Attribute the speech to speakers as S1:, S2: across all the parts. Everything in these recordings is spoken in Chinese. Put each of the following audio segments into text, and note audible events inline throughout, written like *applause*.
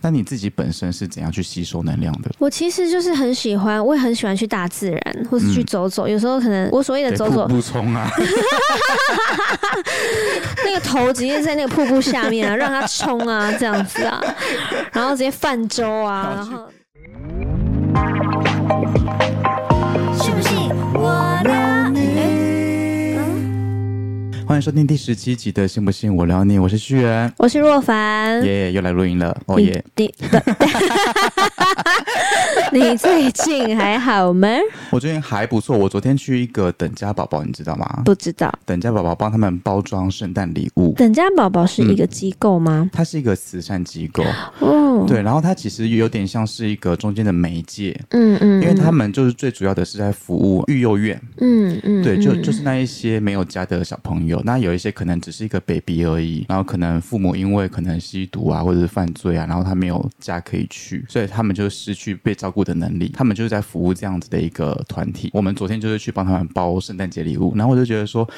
S1: 那你自己本身是怎样去吸收能量的？
S2: 我其实就是很喜欢，我也很喜欢去大自然，或是去
S1: 嗯
S2: 走走。有时候可能我所谓的
S1: 对
S2: 走走，
S1: 瀑布冲
S2: *laughs*
S1: 啊，
S2: 那个头直接在那个瀑布下面啊，让它冲啊，这样子啊，然后直接泛舟啊，然后
S3: 是不是我的
S2: 啊哎
S3: 你？
S2: 嗯
S1: 欢迎收听第十七集的《信不信我撩你》，我是旭元，
S2: 我是若凡，
S1: 耶、又来录音了，
S2: 嗯
S1: 哦耶！
S2: 你的， *laughs* 你最近还好吗？
S1: 我最近还不错，我昨天去一个等家宝宝，你知道吗？
S2: 不知道，
S1: 等家宝宝帮他们包装圣诞礼物，
S2: 等家宝宝是一个机构吗？
S1: 它是一个慈善机构，
S2: 哦，
S1: 嗯对，然后它其实有点像是一个中间的媒介，
S2: 嗯嗯，
S1: 因为他们就是最主要的是在服务育幼院，
S2: 嗯嗯，
S1: 对，就
S2: 嗯
S1: 就是那一些没有家的小朋友，那有一些可能只是一个 baby 而已，然后可能父母因为可能吸毒啊或者是犯罪啊，然后他没有家可以去，所以他们就失去被照顾的能力，他们就是在服务这样子的一个团体。我们昨天就是去帮他们包圣诞节礼物，然后我就觉得说，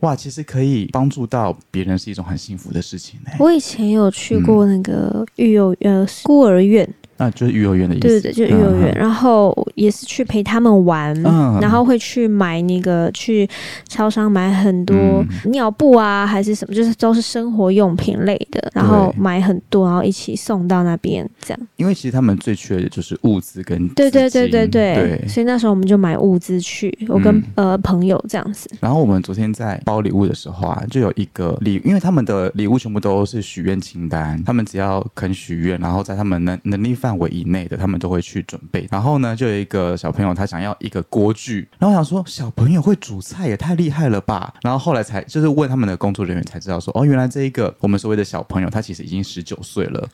S1: 哇，其实可以帮助到别人是一种很幸福的事情哎、
S2: 我以前有去过
S1: 嗯
S2: 那个育幼呃孤儿院，
S1: 那就是育幼院的意思，
S2: 对对对，就育幼院，然后也是去陪他们玩，
S1: 嗯
S2: 然后会去买那个去超商买很多
S1: 嗯
S2: 尿布啊，还是什么，就是都是生活用品类的，然后
S1: 对
S2: 买很多，然后一起送到那边这样。
S1: 因为其实他们最缺的就是物资跟
S2: 对对
S1: 资金
S2: 对对
S1: 对嗯
S2: 对，所以那时候我们就买物资去，我跟、呃朋友这样子，
S1: 然后我们昨天在包礼物的时候啊，就有一个礼，因为他们的礼物全部都是许愿清单，他们只要肯许愿，然后在他们能能力范围以内的，他们都会去准备。然后呢，就有一个小朋友他想要一个锅具，然后我想说小朋友会煮菜也太厉害了吧。然后后来才就是问他们的工作人员才知道说，哦，原来这一个我们所谓的小朋友他其实已经十九岁了，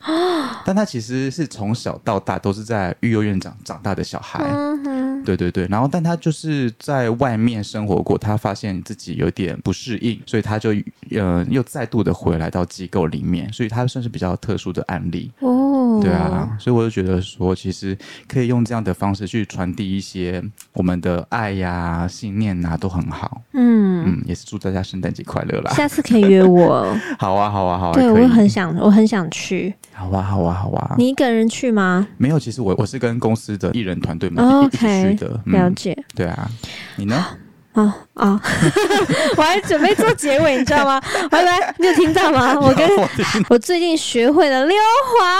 S1: 但他其实是从小到大都是在育幼院长长大的小孩。
S2: 嗯哼，
S1: 对对对，然后但他就是在外面生活过，他发现自己有点不适应，所以他就呃又再度的回来到机构里面，所以他算是比较特殊的案例。
S2: 哦，
S1: 对啊，所以我就觉得说，其实可以用这样的方式去传递一些我们的爱呀、信念啊呐、都很好。 *laughs*
S2: 嗯，
S1: 嗯，也是祝大家圣诞节快乐啦！
S2: 下次可以约我，
S1: 好啊，好啊，好啊，
S2: 对
S1: 可以
S2: 我很想，我很想去，
S1: 好啊，好啊，好啊。
S2: 你一个人去吗？
S1: 没有，其实我我是跟公司的艺人团队们
S2: 哦
S1: 一起去
S2: OK，
S1: 的。
S2: 了
S1: 嗯，
S2: 解。
S1: 对啊，你
S2: *laughs*
S1: 呢？ *laughs*
S2: 啊啊！ *laughs* 我还准备做结尾，你知
S1: *laughs*
S2: 道吗？拜拜，你有听到吗？我跟
S1: 我听
S2: 我最近学会了溜滑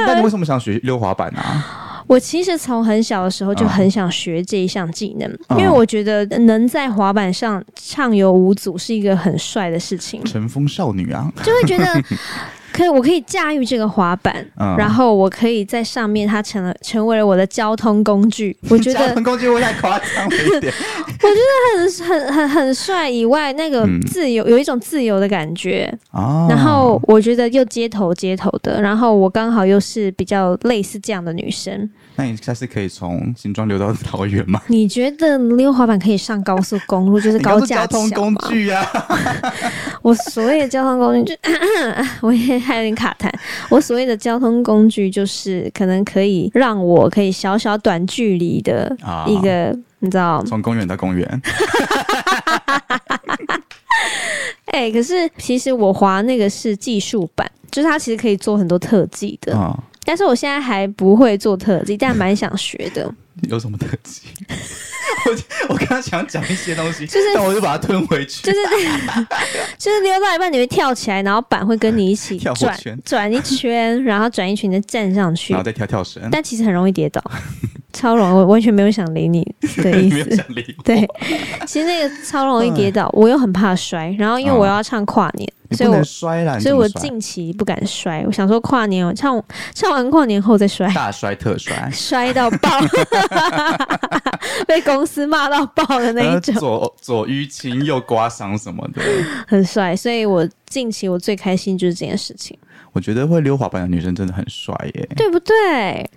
S1: 耶！那你为什么想学溜滑板啊？
S2: 板。我其实从很小的时候就很想学这一项技能，
S1: 嗯
S2: 因为我觉得能在滑板上畅游无阻是一个很帅的
S1: *laughs*
S2: 事情，
S1: 乘风少女啊，
S2: 就会觉
S1: *laughs*
S2: 得可以，我可以驾驭这个滑板。
S1: 嗯，
S2: 然后我可以在上面，它成了成为了我的交通工具，我觉
S1: 交
S2: 得
S1: 通工具会太夸张了一
S2: *laughs*
S1: 点。
S2: 很很很很帅。以外，那个
S1: 嗯
S2: 自由、有一种自由的感觉，
S1: 哦
S2: 然后我觉得又街头街头的，然后我刚好又是比较类似这样的女生。
S1: 那你下次可以从新庄溜到桃园
S2: *laughs*
S1: 吗？
S2: 你觉得溜滑板可以上高速公路，就是
S1: 你刚
S2: 高
S1: 说
S2: 架
S1: 交通
S2: 桥
S1: 工
S2: 吗？
S1: 具啊，
S2: 我所谓的交通工具，就 *coughs* 我也还有点卡痰。我所谓的交通工具，就是可能可以让我可以小小短距离的
S1: 啊
S2: 一个，你知道。
S1: 从公园到公园，
S2: 哎、可是其实我滑那个是技术版，就是它其实可以做很多特技的，
S1: 嗯，
S2: 但是我现在还不会做特技，但蛮想学的。
S1: 有什么特技？ *laughs* 我我刚刚想讲一些东西，
S2: 就是
S1: 但我就把它吞回去
S2: 就。是就是溜到一半你会跳起来，然后板会跟你一起
S1: *laughs* 跳火
S2: 转
S1: 圈
S2: 转一圈，然后转一圈你再站上去
S1: 然后，再跳跳绳，
S2: 但其实很容易跌
S1: *laughs*
S2: 倒，超容易，我完全没有想理你的意
S1: 没有
S2: 思。
S1: 想理我。
S2: *laughs* 对，其实那个超容易跌倒，我又很怕摔，然后因为我要唱跨年，
S1: 哦你
S2: 所以
S1: 不
S2: 我
S1: 能摔啦，你
S2: 所
S1: 怎
S2: 以
S1: 么
S2: 我
S1: 摔
S2: 近期不敢摔，我想说跨年我唱唱完跨年后
S1: *laughs*
S2: 再摔。，
S1: 大摔特摔
S2: 摔到爆，被公司骂到爆的 *laughs* 那一
S1: 呃
S2: 种。
S1: 左左淤青右刮伤什么的。
S2: 很帅，所以我近期我最开心就是这件事情，
S1: 我觉得会溜滑板的女生真的很帅耶。
S2: 对不对？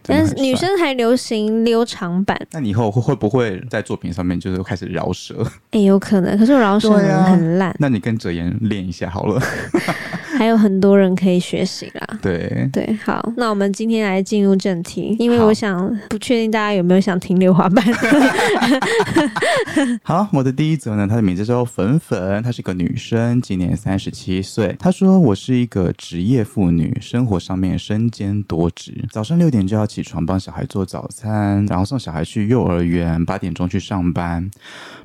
S1: 真的
S2: 但
S1: 很
S2: 是
S1: 帅
S2: 女生还流行溜长板，
S1: 那你以后会会不会在作品上面就是开始饶舌？ *laughs*
S2: 哎、有可能。可是我饶舌
S1: 对啊
S2: 很烂，
S1: 那你跟哲言练一下好了。 *laughs*
S2: 还有很多人可以学习啦。
S1: 对，
S2: 对，好，那我们今天来进入正题，因为
S1: 好
S2: 我想不确定大家有没有想停留滑板。
S1: *laughs* 好，我的第一则呢，她的名字叫粉粉，她是个女生，今年三十七岁。她说：“我是一个职业妇女，生活上面身兼多职，早上六点就要起床帮小孩做早餐，然后送小孩去幼儿园，八点钟去上班，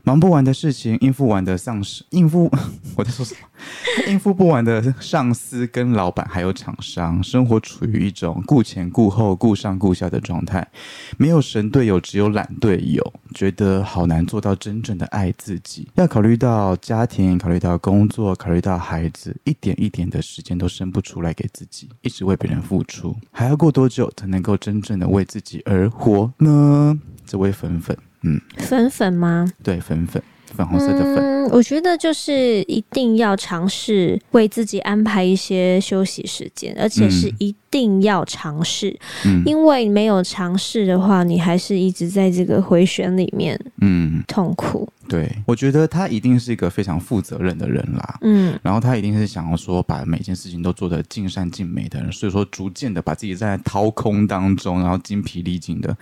S1: 忙不完的事情，应付完的上司，应付 *laughs* 我在说什么？应付不完的上司跟老板还有厂商，生活处于一种顾前顾后、顾上顾下的状态。没有神队友，只有懒队友，觉得好难做到真正的爱自己。要考虑到家庭，考虑到工作，考虑到孩子，一点一点的时间都生不出来给自己，一直为别人付出，还要过多久才能够真正的为自己而活呢？这位粉粉，嗯，
S2: 粉粉吗？
S1: 对，粉粉，粉红色的粉，
S2: 嗯，我觉得就是一定要尝试为自己安排一些休息时间，而且是
S1: 嗯
S2: 一定要尝试，
S1: 嗯
S2: 因为没有尝试的话，你还是一直在这个回旋里面
S1: 嗯，
S2: 痛苦。
S1: 对，我觉得他一定是一个非常负责任的人啦，
S2: 嗯，
S1: 然后他一定是想要说把每件事情都做得尽善尽美的人，所以说逐渐的把自己在掏空当中，然后精疲力尽的。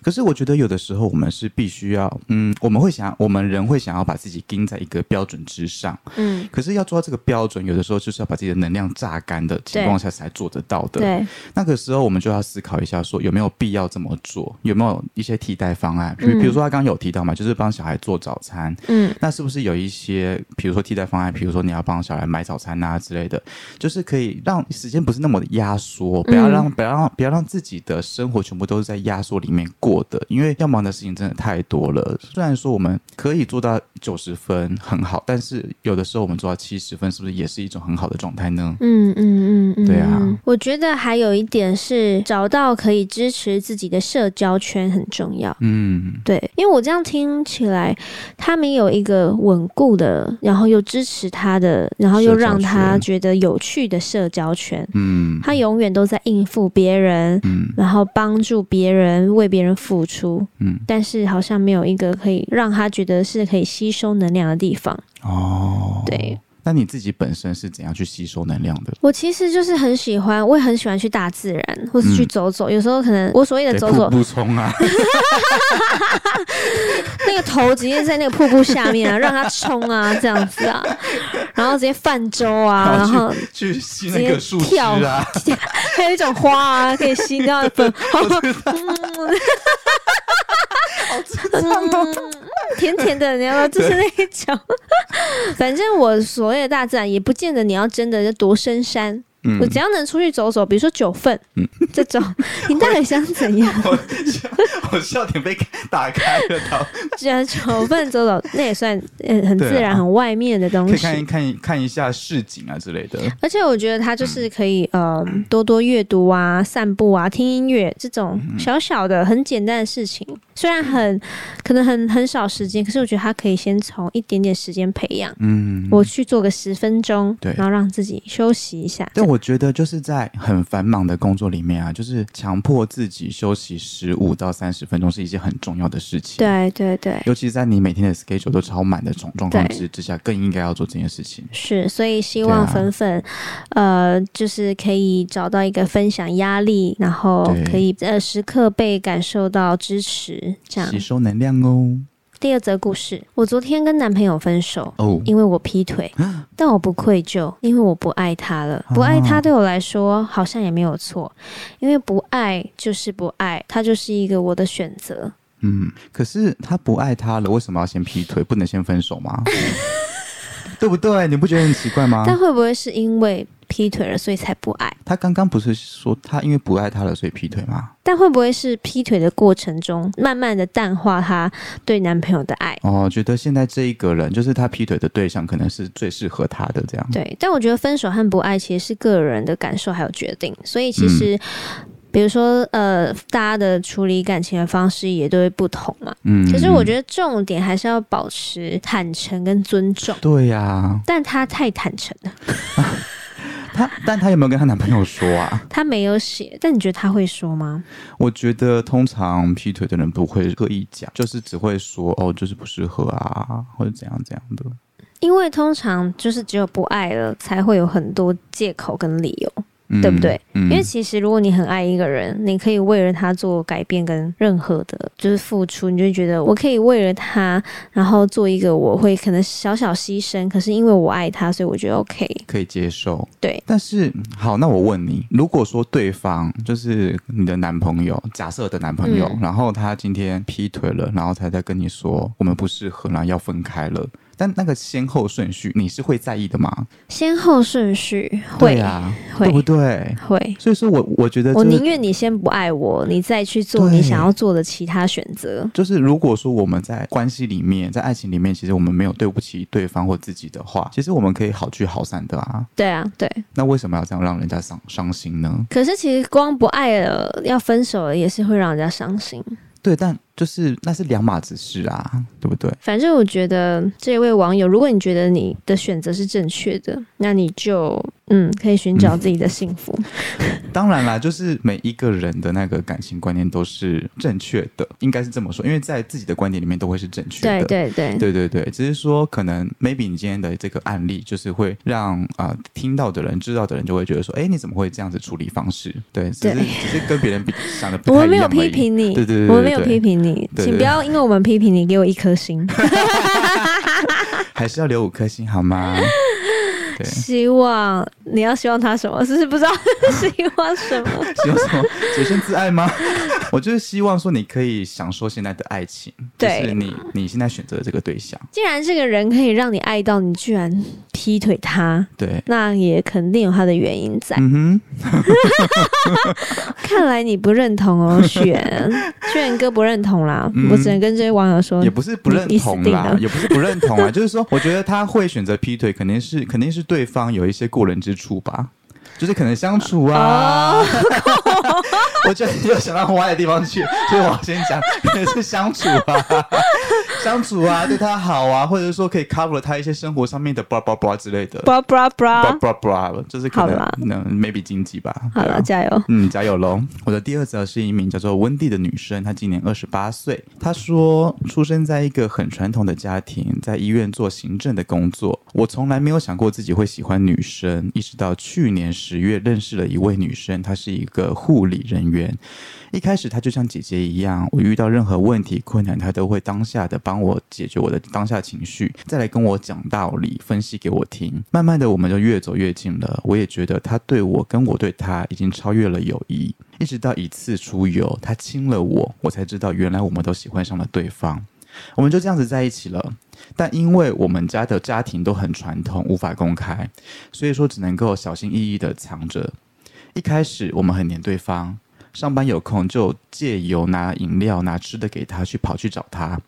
S1: 可是我觉得有的时候我们是必须要，嗯，我们会想，我们人会想要把自己盯在一个标准之上，
S2: 嗯，
S1: 可是要做到这个标准，有的时候就是要把自己的能量榨干的情况下才做得到的。
S2: 对，
S1: 那个时候我们就要思考一下，说有没有必要这么做，有没有一些替代方案？比如，
S2: 嗯
S1: 比如说他刚刚有提到嘛，就是帮小孩做早餐，
S2: 嗯
S1: 那是不是有一些，比如说替代方案，比如说你要帮小孩买早餐啊之类的，就是可以让时间不是那么的压缩，不要让、
S2: 嗯
S1: 不要让不要让自己的生活全部都是在压缩里面过的，因为要忙的事情真的太多了。虽然说我们可以做到九十分很好，但是有的时候我们做到七十分，是不是也是一种很好的状态呢？
S2: 嗯嗯嗯嗯，
S1: 对啊
S2: 嗯我觉得还有一点是找到可以支持自己的社交圈很重要。
S1: 嗯，
S2: 对，因为我这样听起来，他没有一个稳固的，然后又支持他的，然后又
S1: 社交
S2: 让他
S1: 圈
S2: 觉得有趣的社交圈，
S1: 嗯，
S2: 他永远都在应付别人，
S1: 嗯
S2: 然后帮助别人，为别人付出，
S1: 嗯
S2: 但是好像没有一个可以让他觉得是可以吸收能量的地方。
S1: 哦，
S2: 对。
S1: 那你自己本身是怎样去吸收能量的？
S2: 我其实就是很喜欢，我也很喜欢去大自然，或是去
S1: 嗯
S2: 走走。有时候可能我所谓的
S1: 对
S2: 走走
S1: 瀑，布冲啊，
S2: 那个头直接在那个瀑布下面啊，让它冲啊，这样子啊，然后直接泛舟啊，然
S1: *laughs* 然
S2: 后
S1: 后去吸
S2: 直
S1: 那
S2: 接
S1: 个树枝啊，
S2: 还有一种花啊，可以吸掉粉，嗯，嗯甜甜的，你要不要？就是那一种。反正我所谓的大自然，也不见得你要真的就多深山，
S1: 嗯
S2: 我只要能出去走走，比如说九份、这种，你到底想怎样？
S1: 我笑 *laughs* 我笑点被打开了， *laughs* 到
S2: 只要九份走走，那也算呃很自
S1: 对
S2: 然、
S1: 啊
S2: 很外面的东
S1: 可以
S2: 西
S1: 看。一看一看一下市井啊之类的。
S2: 而且我觉得它
S1: 嗯
S2: 就是可以呃多多阅读啊、散步啊、听音乐这种
S1: 嗯
S2: 小小的很简单的事情，虽然很可能很很少时间，可是我觉得它可以先从一点点时间培养。
S1: 嗯，
S2: 我去做个十分钟，
S1: 对
S2: 然后让自己休息一下。
S1: 但我觉得就是在很繁忙的工作里面啊，就是强迫自己休息十五到三十分钟是一件很重要的事情。。
S2: 对对对，
S1: 尤其是在你每天的 schedule 都超满的状状况
S2: 对
S1: 之之下，更应该要做这件事情。
S2: 是，所以希望
S1: 对啊
S2: 粉粉，呃，就是可以找到一个分享压力，然后
S1: 对
S2: 可以呃时刻被感受到支持。这样
S1: 吸，收能量哦
S2: 第二则故事，我昨天跟男朋友分手，
S1: 哦，
S2: 因为我劈腿，但我不愧疚，因为我不爱他了。不爱他对我来说好像也没有错，因为不爱就是不爱，他就是一个我的选择。
S1: 嗯，可是他不爱他了，为什么要先劈腿？不能先分手 *laughs* 吗？对不对？你不觉得很奇怪吗？
S2: 但会不会是因为劈腿了，所以才不爱？
S1: 他刚刚不是说他因为不爱他了，所以劈腿吗？
S2: 但会不会是劈腿的过程中，慢慢的淡化他对男朋友的爱？
S1: 哦，觉得现在这一个人就是他劈腿的对象，可能是最适合他的这样。
S2: 对，但我觉得分手和不爱其实是个人的感受还有决定，所以其实。比如说，呃，大家的处理感情的方式也都会不同嘛。
S1: 嗯
S2: 可是我觉
S1: 得
S2: 得重点还是要保持坦诚跟尊重。
S1: 对呀、
S2: 但她太坦诚了，
S1: 她但她有没有跟她男朋友说啊？
S2: 她没有写。但你觉得她会说吗？
S1: 我觉得通常劈腿的人不会刻意讲，就是只会说哦，就是不适合啊，或者怎样怎样的。
S2: 因为通常就是只有不爱了，才会有很多借口跟理由。对不对？
S1: 嗯
S2: 因为其实如果你很爱一个人，你可以为了他做改变跟任何的，就是付出，你就会觉得我可以为了他，然后做一个我会可能小小牺牲，可是因为我爱他，所以我觉得 OK。
S1: 可以接受。
S2: 对，
S1: 但是嗯好，那我问你，如果说对方就是你的男朋友，假设的男朋友，
S2: 嗯
S1: 然后他今天劈腿了，然后才在跟你说我们不适合，然后要分开了，但那个先后顺序你是会在意的吗？
S2: 先后顺序会、
S1: 对啊，
S2: 会
S1: 对不对？
S2: 会，
S1: 所以说我我觉得、
S2: 我
S1: 这
S2: 宁
S1: 个
S2: 愿你先不爱我，你再去做
S1: 对
S2: 你想要做的其他选择。
S1: 就是如果说我们在关系里面，在爱情里面，其实我们没有对不起对方或自己的话，其实我们可以好聚好散的啊。
S2: 对啊，对。
S1: 那为什么要这样让人家伤伤心呢？
S2: 可是其实光不爱了，要分手了也是会让人家伤心。
S1: 对，但就是那是两码子事啊，对不对？
S2: 反正我觉得这位网友，如果你觉得你的选择是正确的，那你就嗯可以寻找自己的幸福。
S1: 当然啦，就是每一个人的那个感情观念都是正确的，应该是这么说，因为在自己的观点里面都会是正确
S2: 对
S1: 的。
S2: 对对，
S1: 对对对只是说可能 maybe 你今天的这个案例，就是会让啊、呃听到的人、知道的人就会觉得说，哎，你怎么会这样子处理方式？对，只是
S2: 对
S1: 只是跟别人比想
S2: *laughs*
S1: 的不
S2: 我
S1: 太
S2: 们
S1: 一
S2: 没有
S1: 样而
S2: 批
S1: 已。
S2: 评你，
S1: 对对对对
S2: 我们没有
S1: 对
S2: 批评你，
S1: 对
S2: 请
S1: 对
S2: 不要因为我们批评你给我一颗星。
S1: 还是要留五颗星好
S2: *laughs*
S1: 吗？对，
S2: 希望你要希望他什么？是不是不知道 *laughs* 希望什么？
S1: 希望什么？洁身自爱吗？ *laughs* 我就是希望说你可以享受现在的爱情，
S2: 对
S1: 就是你你现在选择的这个对象，
S2: 既然这个人可以让你爱到你居然劈腿他，
S1: 对，
S2: 那也肯定有他的原因在。
S1: 嗯哼。
S2: *laughs* 看来你不认同哦，
S1: *laughs*
S2: 选炫哥不认同啦。
S1: 嗯
S2: 我只能跟这位网友说
S1: 也，不是不认同
S2: 嗯你你死定
S1: 啦
S2: 了，
S1: 也不是不认同啊，就是说，我觉得他会选择劈腿，肯定是肯定是对方有一些过人之处吧，就是可能相处啊。
S2: 哦
S1: *laughs* 我觉得你又想到歪的地方去，所以我先讲，可能是相处啊，相处啊，对他好啊，或者是说可以 cover 他一些生活上面的 blah blah blah 之类的
S2: 布拉布拉布拉
S1: blah。blah blah，就是可
S2: 啊好啦
S1: 能那 maybe 经济吧。
S2: 好
S1: 对啊
S2: 了，加油！
S1: 嗯，加油喽！我的第二则是一名叫做温蒂的女生，她今年二十八岁。她说，出生在一个很传统的家庭，在医院做行政的工作。我从来没有想过自己会喜欢女生，一直到去年十月认识了一位女生，她是一个护理人员。一开始她就像姐姐一样，我遇到任何问题困难，她都会当下的帮我解决我的当下情绪，再来跟我讲道理，分析给我听。慢慢的，我们就越走越近了。我也觉得她对我跟我对她已经超越了友谊。一直到一次出游，她亲了我，我才知道原来我们都喜欢上了对方。我们就这样子在一起了，但因为我们家的家庭都很传统，无法公开，所以说只能够小心翼翼的藏着。一开始我们很黏对方，上班有空就借由拿饮料、拿吃的给他，去跑去找他。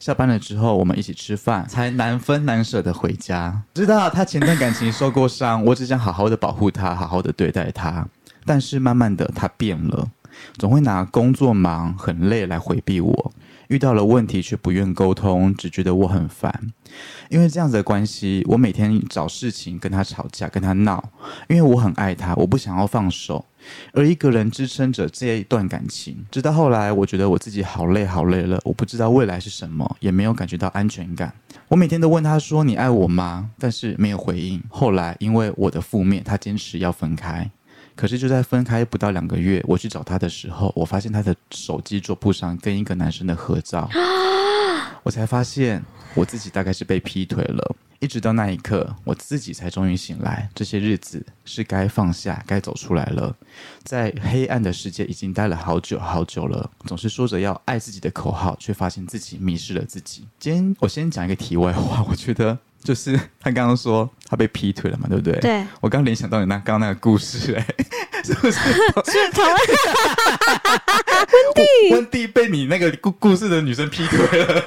S1: 下班了之后，我们一起吃饭，才难分难舍的回家。知道他前段感情受过伤，我只想好好的保护他，好好的对待他。但是慢慢的，他变了，总会拿工作忙、很累来回避我。遇到了问题却不愿沟通，只觉得我很烦。因为这样子的关系，我每天找事情跟他吵架，跟他闹，因为我很爱他，我不想要放手。而一个人支撑着这一段感情，直到后来，我觉得我自己好累好累了，我不知道未来是什么，也没有感觉到安全感。我每天都问他说：“你爱我吗？”但是没有回应。后来因为我的负面，他坚持要分开。可是就在分开不到两个月，我去找他的时候，我发现他的手机桌布上跟一个男生的合照，我才发现我自己大概是被劈腿了。一直到那一刻，我自己才终于醒来，这些日子是该放下，该走出来了。在黑暗的世界已经待了好久好久了，总是说着要爱自己的口号，却发现自己迷失了自己。今天我先讲一个题外话，我觉得就是他刚刚说他被劈腿了嘛，对不对？
S2: 对，
S1: 我刚联想到你那刚刚那个故事、哎，是不是？
S2: *laughs* 是同温
S1: *laughs* 温蒂被你那个故故事的女生劈腿了，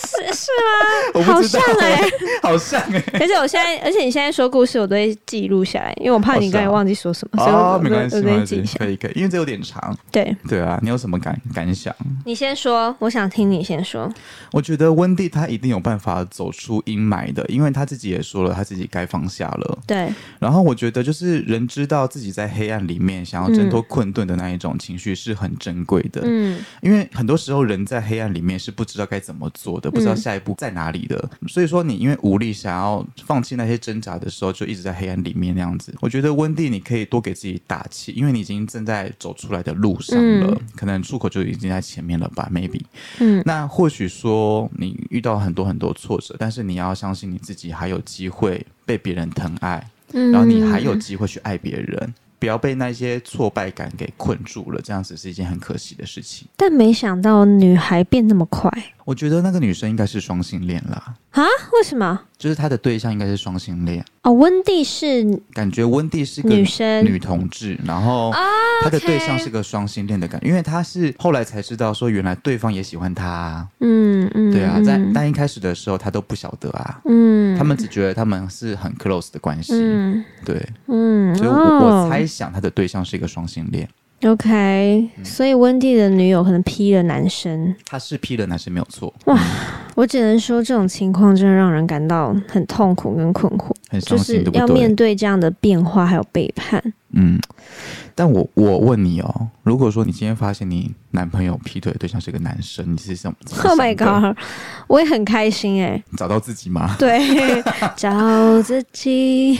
S2: 是是吗？
S1: 我不
S2: 好
S1: 知道、
S2: 像哎、
S1: 好像哎、
S2: 而且我现在，而且你现在说故事，我都会记录下来，因为我怕
S1: 哦
S2: 你
S1: 是啊
S2: 刚才忘记说什 *laughs* 么，所以我
S1: 哦，
S2: 我
S1: 没
S2: 都
S1: 关系，
S2: 我
S1: 没
S2: 都会
S1: 关
S2: 记
S1: 系
S2: 一，下。
S1: 可以可以，因为这有点长。
S2: 对
S1: 对啊，你有什么感感想？
S2: 你先说，我想听你先说。
S1: 我觉得温蒂她一定有办法走出阴霾的，因为她自己也说了，她自己该放下了。
S2: 对，
S1: 然后我觉得，就是人知道自己在黑暗里面想要挣脱困顿的那一种情绪是很珍贵的，
S2: 嗯，
S1: 因为很多时候人在黑暗里面是不知道该怎么做的，不知道
S2: 嗯
S1: 下一步在哪里的。所以说，你因为无力想要放弃那些挣扎的时候，就一直在黑暗里面那样子。我觉得温蒂，你可以多给自己打气，因为你已经正在走出来的路上了，
S2: 嗯
S1: 可能出口就已经在前面了吧，maybe。
S2: 嗯
S1: 那或许说你遇到很多很多挫折，但是你要相信你自己还有机会被别人疼爱，
S2: 嗯，
S1: 然后你还有机会去爱别人。不要被那些挫败感给困住了，这样子是一件很可惜的事情。
S2: 但没想到女孩变那么快
S1: 我觉得那个女生应该是双性恋啦，
S2: 啊？为什么？
S1: 就是她的对象应该是双性恋。
S2: 哦，温蒂是
S1: 感觉温蒂是个
S2: 女生啊
S1: 女同志，然后她的对象是个双性恋的感觉，因为她是后来才知道说原来对方也喜欢她啊、
S2: 嗯嗯，
S1: 对啊，
S2: 嗯
S1: 在但一开始的时候她都不晓得啊，
S2: 嗯，
S1: 他们只觉得他们是很 close 的关系，
S2: 嗯
S1: 对，
S2: 嗯，
S1: 所以我、
S2: 哦
S1: 我猜想她的对象是一个双性恋，
S2: OK，所
S1: 嗯
S2: 以温蒂的女友可能劈了男生，
S1: 她是 P 的男生没有错，
S2: 我只能说这种情况真的让人感到很痛苦跟困惑，
S1: 很
S2: 就
S1: 哎伤
S2: 是
S1: 心，对
S2: 要
S1: 不
S2: 面
S1: 对？
S2: 对这样的变化还有背
S1: *laughs*
S2: 叛。
S1: 嗯，但我我问你哦，如果说你今天发现你男朋友劈腿的对象是个男生，你是怎么怎么
S2: *laughs* Oh
S1: 想
S2: my
S1: 的
S2: god，我也很开心哎、
S1: 找到自己吗？ *laughs*
S2: 对，找自己。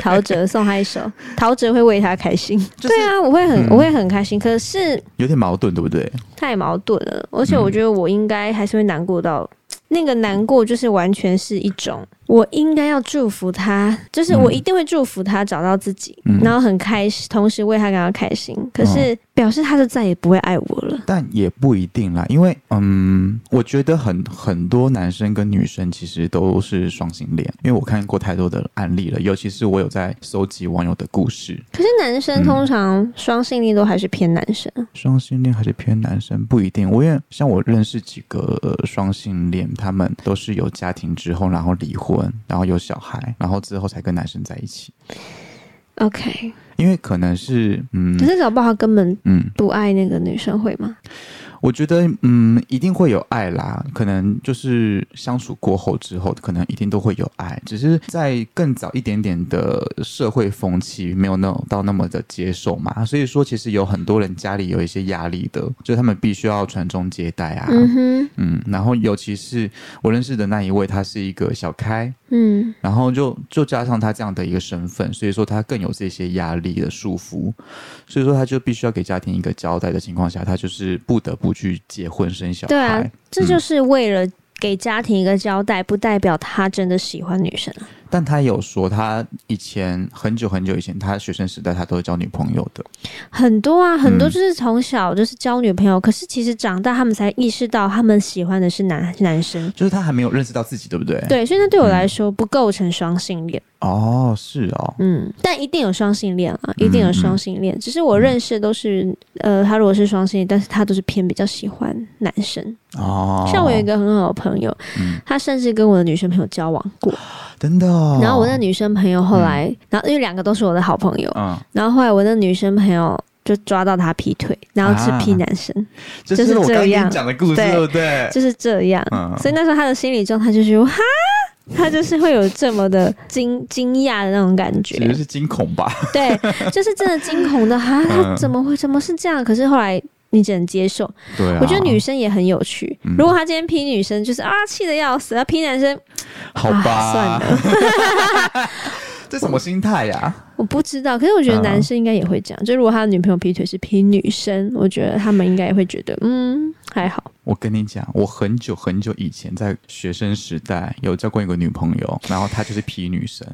S2: 陶喆送他一首，陶喆会为他开心。
S1: 就是
S2: 对啊，我会很、
S1: 嗯
S2: 我会很开心，可是
S1: 有点矛盾，对不对？
S2: 太矛盾了，而
S1: 嗯
S2: 且我觉得我应该还是会难过到。那个难过就是完全是一种，我应该要祝福他，就是我
S1: 嗯
S2: 一定会祝福他找到自己，
S1: 嗯
S2: 然后很开心，同时为他感到开心。可是表示他就再也不会爱我了。
S1: 但也不一定啦，因为嗯，我觉得很很多男生跟女生其实都是双性恋，因为我看过太多的案例了，尤其是我有在搜集网友的故事，
S2: 可是男
S1: 嗯
S2: 生通常双性恋都还是偏男生，
S1: 双性恋还是偏男生不一定。我也像我认识几个呃双性恋，他们都是有家庭之后，然后离婚，然后有小孩，然后之后才跟男生在一起，
S2: OK，
S1: 因为可能是嗯
S2: 可是搞不好根本
S1: 嗯，
S2: 不爱那个女生会吗？
S1: 我觉得，嗯，一定会有爱啦。可能就是相处过后之后，可能一定都会有爱，只是在更早一点点的社会风气没有那种到那么的接受嘛。所以说，其实有很多人家里有一些压力的，就是他们必须要传宗接代啊。
S2: 嗯哼，
S1: 嗯，然后尤其是我认识的那一位，他是一个小开，
S2: 嗯
S1: 然后就就加上他这样的一个身份，所以说他更有这些压力的束缚，所以说他就必须要给家庭一个交代的情况下，他就是不得不去结婚生小孩。
S2: 对啊，这就是为了给家庭一个交代，不代表他真的喜欢女生啊。
S1: 但他有说，他以前很久很久以前，他学生时代他都是交女朋友的。
S2: 很多啊，很多
S1: 嗯
S2: 就是从小就是交女朋友，可是其实长大他们才意识到他们喜欢的是男男生。
S1: 就是他还没有认识到自己，对不对？。
S2: 对，所以那对我来说不构成双性恋，
S1: 哦，是哦，
S2: 嗯，但一定有双性恋啊，一定有双性
S1: 嗯
S2: 恋。只是我认识都是，呃，他如果是双性恋，但是他都是偏比较喜欢男生。
S1: 哦，
S2: 像我有一个很好的朋友，
S1: 嗯，
S2: 他甚至跟我的女生朋友交往过，
S1: 真的、哦。
S2: 然后我那，女生朋友后来，然后因为两个都是我的好朋友，
S1: 嗯，
S2: 然后后来我那女生朋友就抓到他劈腿，然后是劈
S1: 啊
S2: 男生，
S1: 这
S2: 就是
S1: 是我刚刚
S2: 这
S1: 跟
S2: 样
S1: 你讲的故事，
S2: 对
S1: 对不对？
S2: 就是这样。
S1: 嗯，
S2: 所以那时候他的心理状态就是哇，他就是会有这么的惊惊讶的那种感觉
S1: 只，能是惊恐吧。
S2: 对，就是真的惊恐的哈，
S1: 嗯
S2: 他怎么会怎么是这样？可是后来。你只能接受，
S1: 对啊，
S2: 我觉得女生也很有趣。
S1: 嗯
S2: 如果他今天劈女生，就是啊气的要死；要劈男生，
S1: 好吧，
S2: 啊算
S1: 了， *laughs* 这什么心态呀、
S2: 我不知道。可是我觉得
S1: 嗯
S2: 男生应该也会这样。就如果他的女朋友劈腿是劈女生，我觉得他们应该也会觉得嗯还好。
S1: 我跟你讲，我很久很久以前在学生时代有交过一个女朋友，然后她就是 P 女生，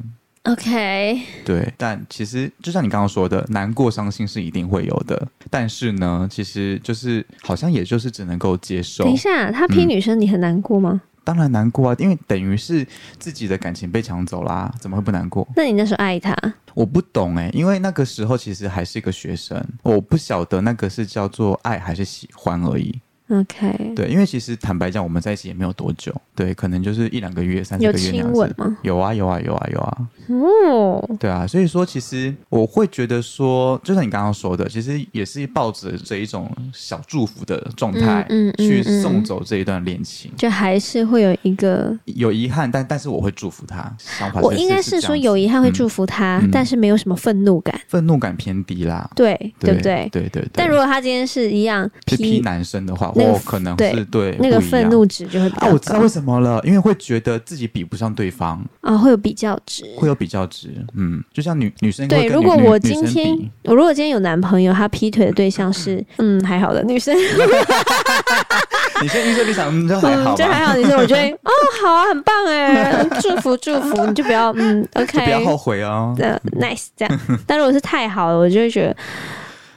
S2: OK，
S1: 对。但其实就像你刚刚说的，难过、伤心是一定会有的，但是呢，其实就是好像也就是只能够接受
S2: 等。一下，他
S1: 嗯
S2: 劈女生，你很难过吗？
S1: 当然难过啊，因为等于是自己的感情被抢走啦，怎么会不难过？
S2: 那你那时候爱他？
S1: 我不懂哎、因为那个时候其实还是一个学生，我不晓得那个是叫做爱还是喜欢而已。
S2: OK，
S1: 对，因为其实坦白讲，我们在一起也没有多久，对，可能就是一两个月、三四
S2: 有
S1: 个月那
S2: 亲
S1: 样
S2: 吻
S1: 子。
S2: 吗？
S1: 有啊有啊有啊有啊，
S2: 哦，
S1: 对啊，所以说其实我会觉得说，就像你刚刚说的，其实也是抱着这一种小祝福的状态，
S2: 嗯嗯嗯
S1: 去
S2: 嗯
S1: 送走这一段恋情。
S2: 就还是会有一个，
S1: 有遗憾，但但是我会祝福他。想法
S2: 我应该
S1: 是
S2: 是说有遗憾会祝
S1: 福，
S2: 福他，
S1: 嗯
S2: 但是没有什么愤怒感，
S1: 愤怒感偏低啦，
S2: 对对不对？
S1: 对对对。
S2: 但如果他今天是一样
S1: 是批
S2: 批
S1: 男生的话，
S2: 那个
S1: 我可能
S2: 对
S1: 是对
S2: 那个
S1: 不一样
S2: 愤怒值就会比
S1: 啊，
S2: 较
S1: 我知道
S2: 高
S1: 为什么了，因为会觉得自己比不上对方，
S2: 啊，会有比较值。
S1: 会有比较值。嗯，就像女女生会
S2: 对，
S1: 跟
S2: 如
S1: 女
S2: 果
S1: 女
S2: 我
S1: 女
S2: 今
S1: 生
S2: 天
S1: 比
S2: 我如果今天有男朋友，他劈腿的对象是嗯还好的女生，
S1: 你先预设立场，
S2: *laughs*
S1: 嗯就还好
S2: 嗯就
S1: 吧，
S2: 还好的女生，我觉
S1: *laughs*
S2: 得哦好啊，很棒哎，祝福祝福，你就不要嗯 OK，
S1: *laughs* 就不要后悔
S2: *laughs*
S1: 哦。
S2: 呃，nice 这样。但如果是太好了，我就会觉得，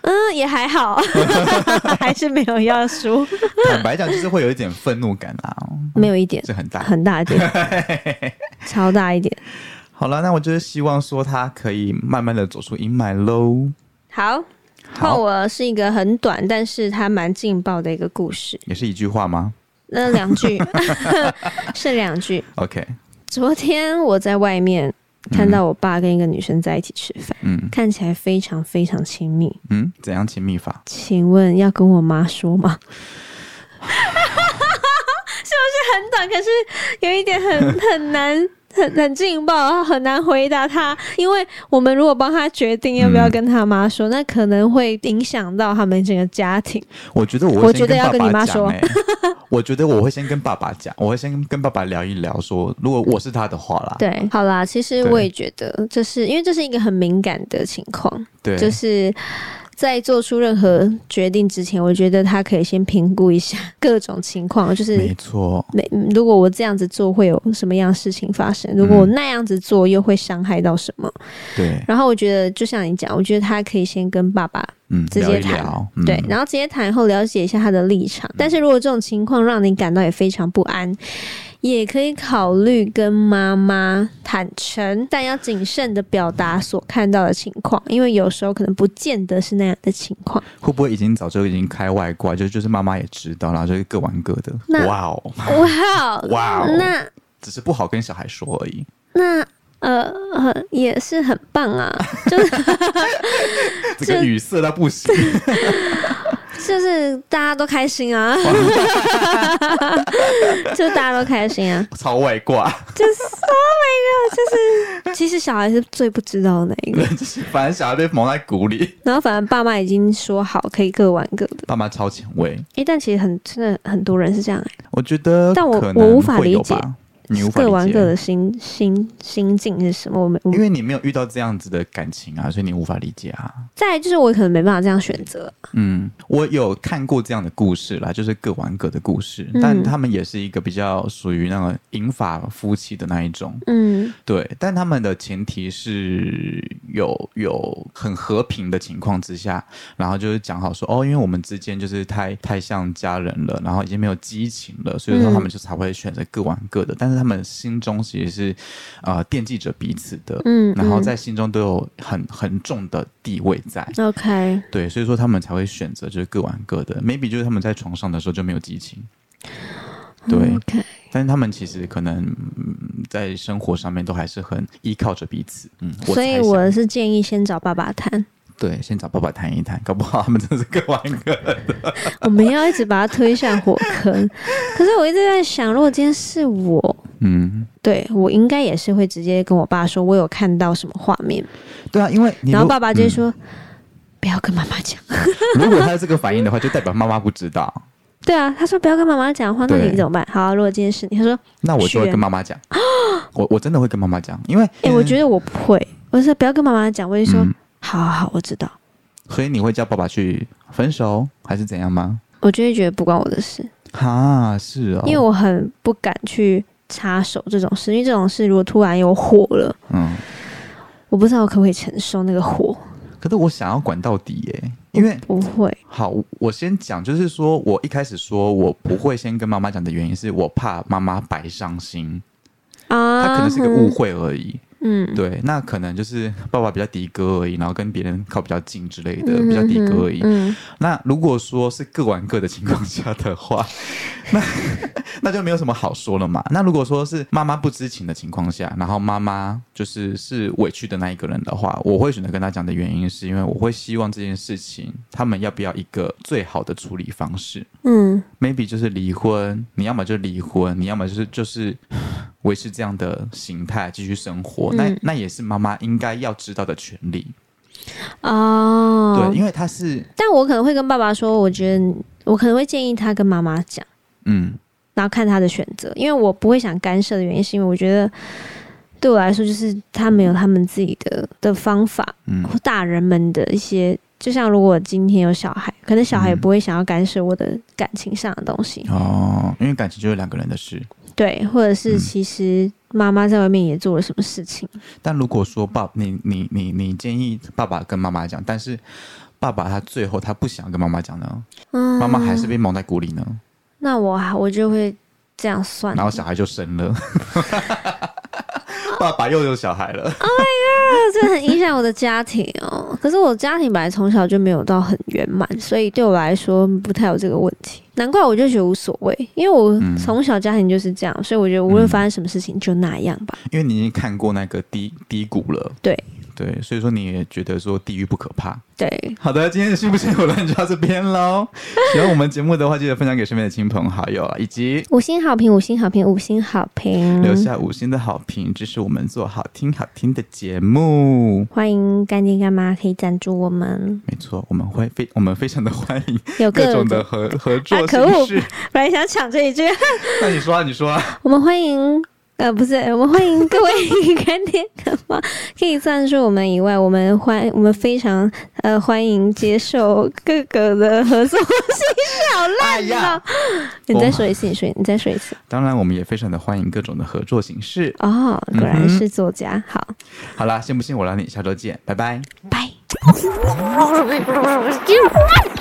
S2: 嗯，也还好， *laughs* 还是没有要输，
S1: 坦白讲，就是会有一点愤怒感啦，
S2: *laughs* 没有一点，
S1: 这很大。
S2: 很大一 *laughs* 点，超大一点。
S1: 好了，那我就是希望说他可以慢慢的走出阴霾喽。
S2: 好，换
S1: 好，
S2: 我是一个很短，但是它蛮劲爆的一个故事。
S1: 也是一句话吗
S2: 那两句 *laughs* 是两句。
S1: ？OK，
S2: 昨天我在外面看到我爸跟一个女生在一起吃饭，
S1: 嗯
S2: 看起来非常非常亲密。
S1: 嗯，怎样亲密法？
S2: 请问要跟我妈说吗？是不 *laughs* 是很短？可是有一点很 *laughs* 很难。很很劲爆，很难回答他，因为我们如果帮他决定要不要跟他妈说，那可能会影响到他们整个家庭。
S1: 我觉得我
S2: 我
S1: 会
S2: 觉
S1: 先
S2: 得
S1: 跟
S2: 要
S1: 爸
S2: 跟你妈
S1: 爸讲、
S2: 说
S1: 欸。 *laughs* 我觉得我会先跟爸爸讲，我会先跟爸爸聊一聊说如果我是他的话啦，
S2: 对，好啦，其实
S1: 对
S2: 我也觉得，这是因为这是一个很敏感的情况，
S1: 对，
S2: 就是在做出任何决定之前，我觉得他可以先评估一下各种情况，就是
S1: 没错，
S2: 没，嗯如果我这样子做会有什么样的事情发生？如果我那样子做又会伤害到什么？
S1: 对，
S2: 然后我觉得，就像你讲，我觉得他可以先跟爸爸
S1: 嗯，
S2: 直
S1: 聊
S2: 接
S1: 一
S2: 谈
S1: 聊，嗯、
S2: 对，然后直接谈后了解一下他的立场。但是如果这种情况让你感到也非常不安，也可以考虑跟妈妈坦诚，但要谨慎的表达所看到的情况，因为有时候可能不见得是那样的情况。
S1: 会不会已经早就已经开外挂，就就是妈妈也知道，然后就是各玩各的
S2: 那。
S1: 哇哦，
S2: 哇哦，
S1: 哇哦
S2: 那
S1: 只是不好跟小孩说而已。
S2: 那。呃呃，也是很棒啊，就是
S1: 这个语塞到不行，
S2: 就是大家都开心啊， *laughs* 就大家都开
S1: *laughs*
S2: 心啊，
S1: 超外挂，
S2: 就是 Oh my God，就是其实小孩是最不知道的那
S1: *laughs*
S2: 一个，
S1: 就是反正小孩被蒙在鼓里。
S2: 然后反正爸妈已经说好可以各玩各的，
S1: 爸妈超前卫，
S2: 诶，但其实很真的很多人是这样、欸，
S1: 我觉得
S2: 但我
S1: 可能
S2: 我无法
S1: 会有
S2: 理解
S1: 吧，你无法理
S2: 各
S1: 解
S2: 玩各的心心心境是什么？我没我
S1: 因为你没有遇到这样子的感情啊，所以你无法理解啊。
S2: 再来就是我可能没办法这样选择，啊
S1: 嗯，我有看过这样的故事啦，就是各玩各的故事，
S2: 嗯
S1: 但他们也是一个比较属于那种银发夫妻的那一种，
S2: 嗯
S1: 对，但他们的前提是有有很和平的情况之下，然后就是讲好说哦，因为我们之间就是太太像家人了，然后已经没有激情了，所以说
S2: 嗯
S1: 他们就才会选择各玩各的，但是他们心中其实是呃惦记着彼此的，
S2: 嗯，
S1: 然后
S2: 嗯
S1: 在心中都有很很重的地位在，
S2: OK，
S1: 对，所以说他们才会选择就是各玩各的，maybe 就是他们在床上的时候就没有激情，对，
S2: 嗯 OK，
S1: 但是他们其实可能、嗯在生活上面都还是很依靠着彼此，嗯，我
S2: 所以
S1: 猜想
S2: 我是建议先找爸爸谈，
S1: 对先找爸爸谈一谈，搞不好他们真的是各玩各的，
S2: 我们要一直把他推向火
S1: *laughs*
S2: 坑。可是我一直在想，如果今天是我，
S1: 嗯，
S2: 对我应该也是会直接跟我爸说，我有看到什么画面，
S1: 对啊，因为你
S2: 然后
S1: 如
S2: 爸爸就会
S1: 嗯
S2: 说。不要跟妈妈讲， *laughs*
S1: 如果他有这个反应的话，就代表妈妈不知道，
S2: 对啊，他说不要跟妈妈讲话，那
S1: 对
S2: 你怎么办？好啊、如果今天是你，他说，
S1: 那我就会
S2: *laughs* 是啊
S1: 跟妈妈讲，我我真的会跟妈妈讲，因为
S2: 哎、我觉得我不会，我说不要跟妈妈讲，我就说，
S1: 嗯
S2: 好好好，我知道，
S1: 所以你会叫爸爸去分手还是怎样吗？
S2: 我就会觉得不关我的事，
S1: 哦哈，是哦，
S2: 因为我很不敢去插手这种事，因为这种事如果突然有火了，
S1: 嗯。
S2: 我不知道我可不可以承受那个火，
S1: 可是我想要管到底耶、因为
S2: 不会，
S1: 好，我先讲，就是说我一开始说我不会先跟妈妈讲的原因，是我怕妈妈白伤心，
S2: 啊，
S1: 她可能是个误会而已。
S2: 嗯，
S1: 对，那可能就是爸爸比较的哥而已，然后跟别人靠比较近之类的，
S2: 嗯
S1: 比较的哥而已。
S2: 嗯，
S1: 那如果说是各玩各的情况下的话， *laughs* 那那就没有什么好说了嘛。那如果说是妈妈不知情的情况下，然后妈妈就是是委屈的那一个人的话，我会选择跟他讲的原因，是因为我会希望这件事情他们要不要一个最好的处理方式。
S2: 嗯
S1: maybe 就是离婚，你要么就离婚，你要么就是就是维持这样的形态继续生活，
S2: 嗯
S1: 那那也是妈妈应该要知道的权利。
S2: 嗯哦，
S1: 对，因为他是
S2: 但我可能会跟爸爸说，我觉得我可能会建议他跟妈妈讲，
S1: 嗯
S2: 然后看他的选择，因为我不会想干涉的原因，是因为我觉得对我来说，就是他们有他们自己的的方法，
S1: 嗯
S2: 或大人们的一些。就像如果今天有小孩，可能小孩也
S1: 嗯
S2: 不会想要干涉我的感情上的东西，
S1: 哦，因为感情就是两个人的事。
S2: 对，或者
S1: 嗯
S2: 是其实妈妈在外面也做了什么事情，
S1: 但如果说爸，你你你你建议爸爸跟妈妈讲，但是爸爸他最后他不想跟妈妈讲呢，
S2: 嗯，
S1: 妈妈还是被蒙在鼓里呢，
S2: 那我还我就会这样算
S1: 然后小孩就生了， *laughs* 爸爸又有小孩了。
S2: 这很影响我的家庭哦。可是我家庭本来从小就没有到很圆满，所以对我来说不太有这个问题。难怪我就觉得无所谓，因为我
S1: 嗯
S2: 从小家庭就是这样，所以我觉得无论发生什么事情就那样吧。
S1: 因为你已经看过那个低低谷了，
S2: 对
S1: 对，所以说你也觉得说地狱不可怕。
S2: 对，
S1: 好的，今天的信不信我乱就到这边喽。喜欢我们节目的话，记得分享给身边的亲朋好友，以及
S2: 五星好评，五星好评，五星好评，
S1: 留下五星的好评，这是我们做好听好听的节目。
S2: 欢迎干爹干妈可以赞助我们，
S1: 没错，我们会非我们非常的欢迎
S2: 有
S1: 各
S2: 各
S1: 种的合合
S2: 啊
S1: 作
S2: 可恶
S1: 形式。
S2: 本来想抢这一句，
S1: 那你说、啊，你说、啊。
S2: 我们欢迎。呃，不是，我们欢迎各位 *laughs* 干爹干妈可以赞助我们以外，我们欢我们非常呃欢迎接受各个的合作。
S1: 哎呀，
S2: 啊你再说一次，你说你再说一次。
S1: 当然我们也非常的欢迎各种的合作形式。
S2: 哦，果
S1: 嗯哼
S2: 然是作家。好，
S1: 好啦，信不信我拉你，下周见，拜拜。
S2: 拜。
S3: Excuse me.